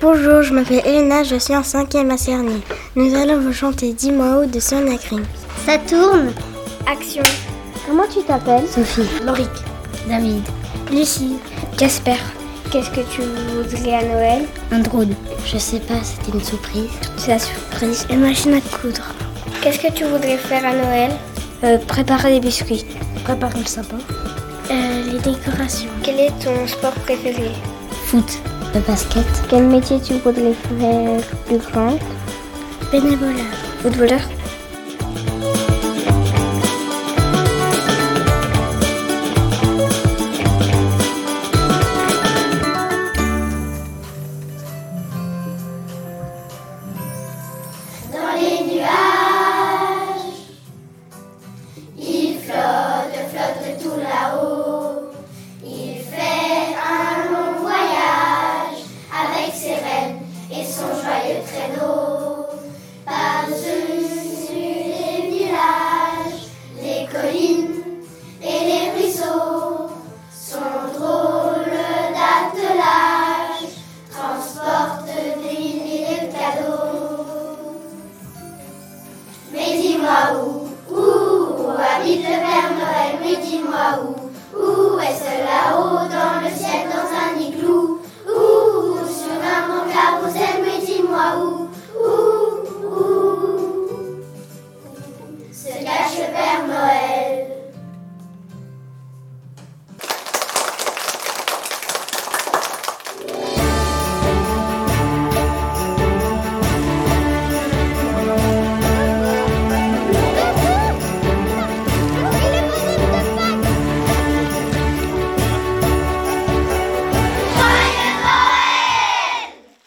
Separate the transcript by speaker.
Speaker 1: Bonjour, je m'appelle Elena, je suis en 5e à Cerny. Nous allons vous chanter 10 mots de Sonacrim.
Speaker 2: Ça tourne
Speaker 3: Action
Speaker 2: Comment tu t'appelles
Speaker 4: Sophie.
Speaker 5: Lauric.
Speaker 6: David.
Speaker 7: Lucie.
Speaker 8: Casper.
Speaker 9: Qu'est-ce que tu voudrais à Noël
Speaker 10: Un drone.
Speaker 11: Je sais pas, c'était une surprise.
Speaker 12: C'est la surprise.
Speaker 13: Une machine à coudre.
Speaker 9: Qu'est-ce que tu voudrais faire à Noël
Speaker 14: euh, Préparer des biscuits.
Speaker 15: Préparer le sapin.
Speaker 16: Euh, les décorations.
Speaker 9: Quel est ton sport préféré
Speaker 17: Foot. Le basket.
Speaker 18: Quel métier tu voudrais faire plus grand
Speaker 19: Bénévolat.
Speaker 20: Footballeur.
Speaker 21: et son joyeux traîneau par-dessus